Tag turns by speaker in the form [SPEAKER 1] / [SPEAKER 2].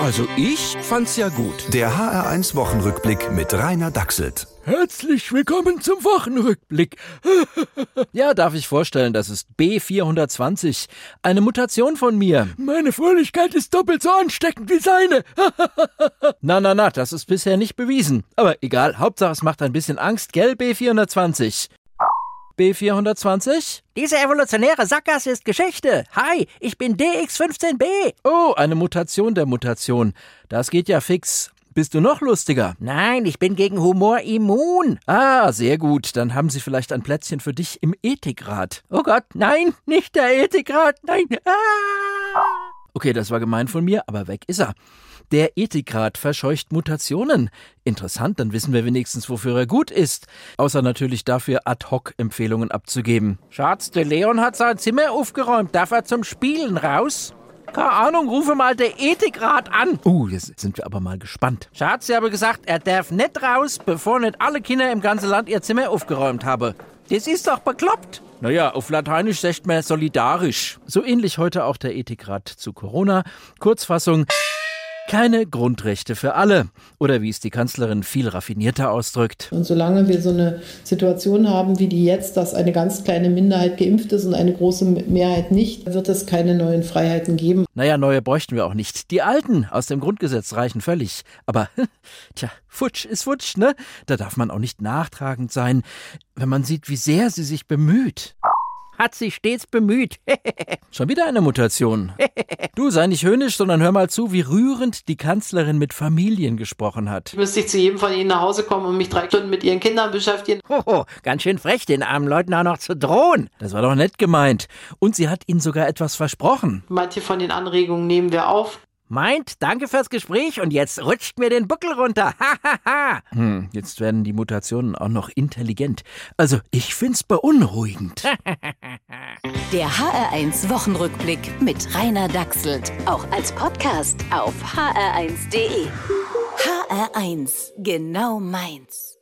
[SPEAKER 1] Also ich fand's ja gut.
[SPEAKER 2] Der HR1 Wochenrückblick mit Rainer Dachselt.
[SPEAKER 3] Herzlich willkommen zum Wochenrückblick.
[SPEAKER 1] Ja, darf ich vorstellen, das ist B420, eine Mutation von mir.
[SPEAKER 3] Meine Fröhlichkeit ist doppelt so ansteckend wie seine.
[SPEAKER 1] Na, na, na, das ist bisher nicht bewiesen. Aber egal, Hauptsache es macht ein bisschen Angst, gell, B420? B420?
[SPEAKER 4] Diese evolutionäre Sackgasse ist Geschichte. Hi, ich bin DX15B.
[SPEAKER 1] Oh, eine Mutation der Mutation. Das geht ja fix. Bist du noch lustiger?
[SPEAKER 4] Nein, ich bin gegen Humor immun.
[SPEAKER 1] Ah, sehr gut. Dann haben sie vielleicht ein Plätzchen für dich im Ethikrat.
[SPEAKER 4] Oh Gott, nein, nicht der Ethikrat, nein. Ah.
[SPEAKER 1] Okay, das war gemein von mir, aber weg ist er. Der Ethikrat verscheucht Mutationen. Interessant, dann wissen wir wenigstens, wofür er gut ist. Außer natürlich dafür, Ad-Hoc-Empfehlungen abzugeben.
[SPEAKER 4] Schatz, der Leon hat sein Zimmer aufgeräumt. Darf er zum Spielen raus? Keine Ahnung, rufe mal der Ethikrat an.
[SPEAKER 1] Uh, jetzt sind wir aber mal gespannt.
[SPEAKER 4] Schatz, ich habe gesagt, er darf nicht raus, bevor nicht alle Kinder im ganzen Land ihr Zimmer aufgeräumt haben. Das ist doch bekloppt.
[SPEAKER 1] Naja, auf Lateinisch sagt man solidarisch. So ähnlich heute auch der Ethikrat zu Corona. Kurzfassung. Keine Grundrechte für alle. Oder wie es die Kanzlerin viel raffinierter ausdrückt.
[SPEAKER 5] Und solange wir so eine Situation haben wie die jetzt, dass eine ganz kleine Minderheit geimpft ist und eine große Mehrheit nicht, wird es keine neuen Freiheiten geben.
[SPEAKER 1] Naja, neue bräuchten wir auch nicht. Die alten aus dem Grundgesetz reichen völlig. Aber, tja, futsch ist futsch, ne? Da darf man auch nicht nachtragend sein, wenn man sieht, wie sehr sie sich bemüht
[SPEAKER 4] hat sich stets bemüht.
[SPEAKER 1] Schon wieder eine Mutation. Du sei nicht höhnisch, sondern hör mal zu, wie rührend die Kanzlerin mit Familien gesprochen hat.
[SPEAKER 6] Müsste ich zu jedem von Ihnen nach Hause kommen und mich drei Stunden mit Ihren Kindern beschäftigen.
[SPEAKER 4] Hoho, ganz schön frech, den armen Leuten auch noch zu drohen.
[SPEAKER 1] Das war doch nett gemeint. Und sie hat ihnen sogar etwas versprochen.
[SPEAKER 6] Manche von den Anregungen nehmen wir auf.
[SPEAKER 4] Meint, danke fürs Gespräch und jetzt rutscht mir den Buckel runter. Hahaha.
[SPEAKER 1] hm, jetzt werden die Mutationen auch noch intelligent. Also, ich find's beunruhigend.
[SPEAKER 7] Der HR1 Wochenrückblick mit Rainer Dachselt. Auch als Podcast auf hr1.de. HR1, genau meins.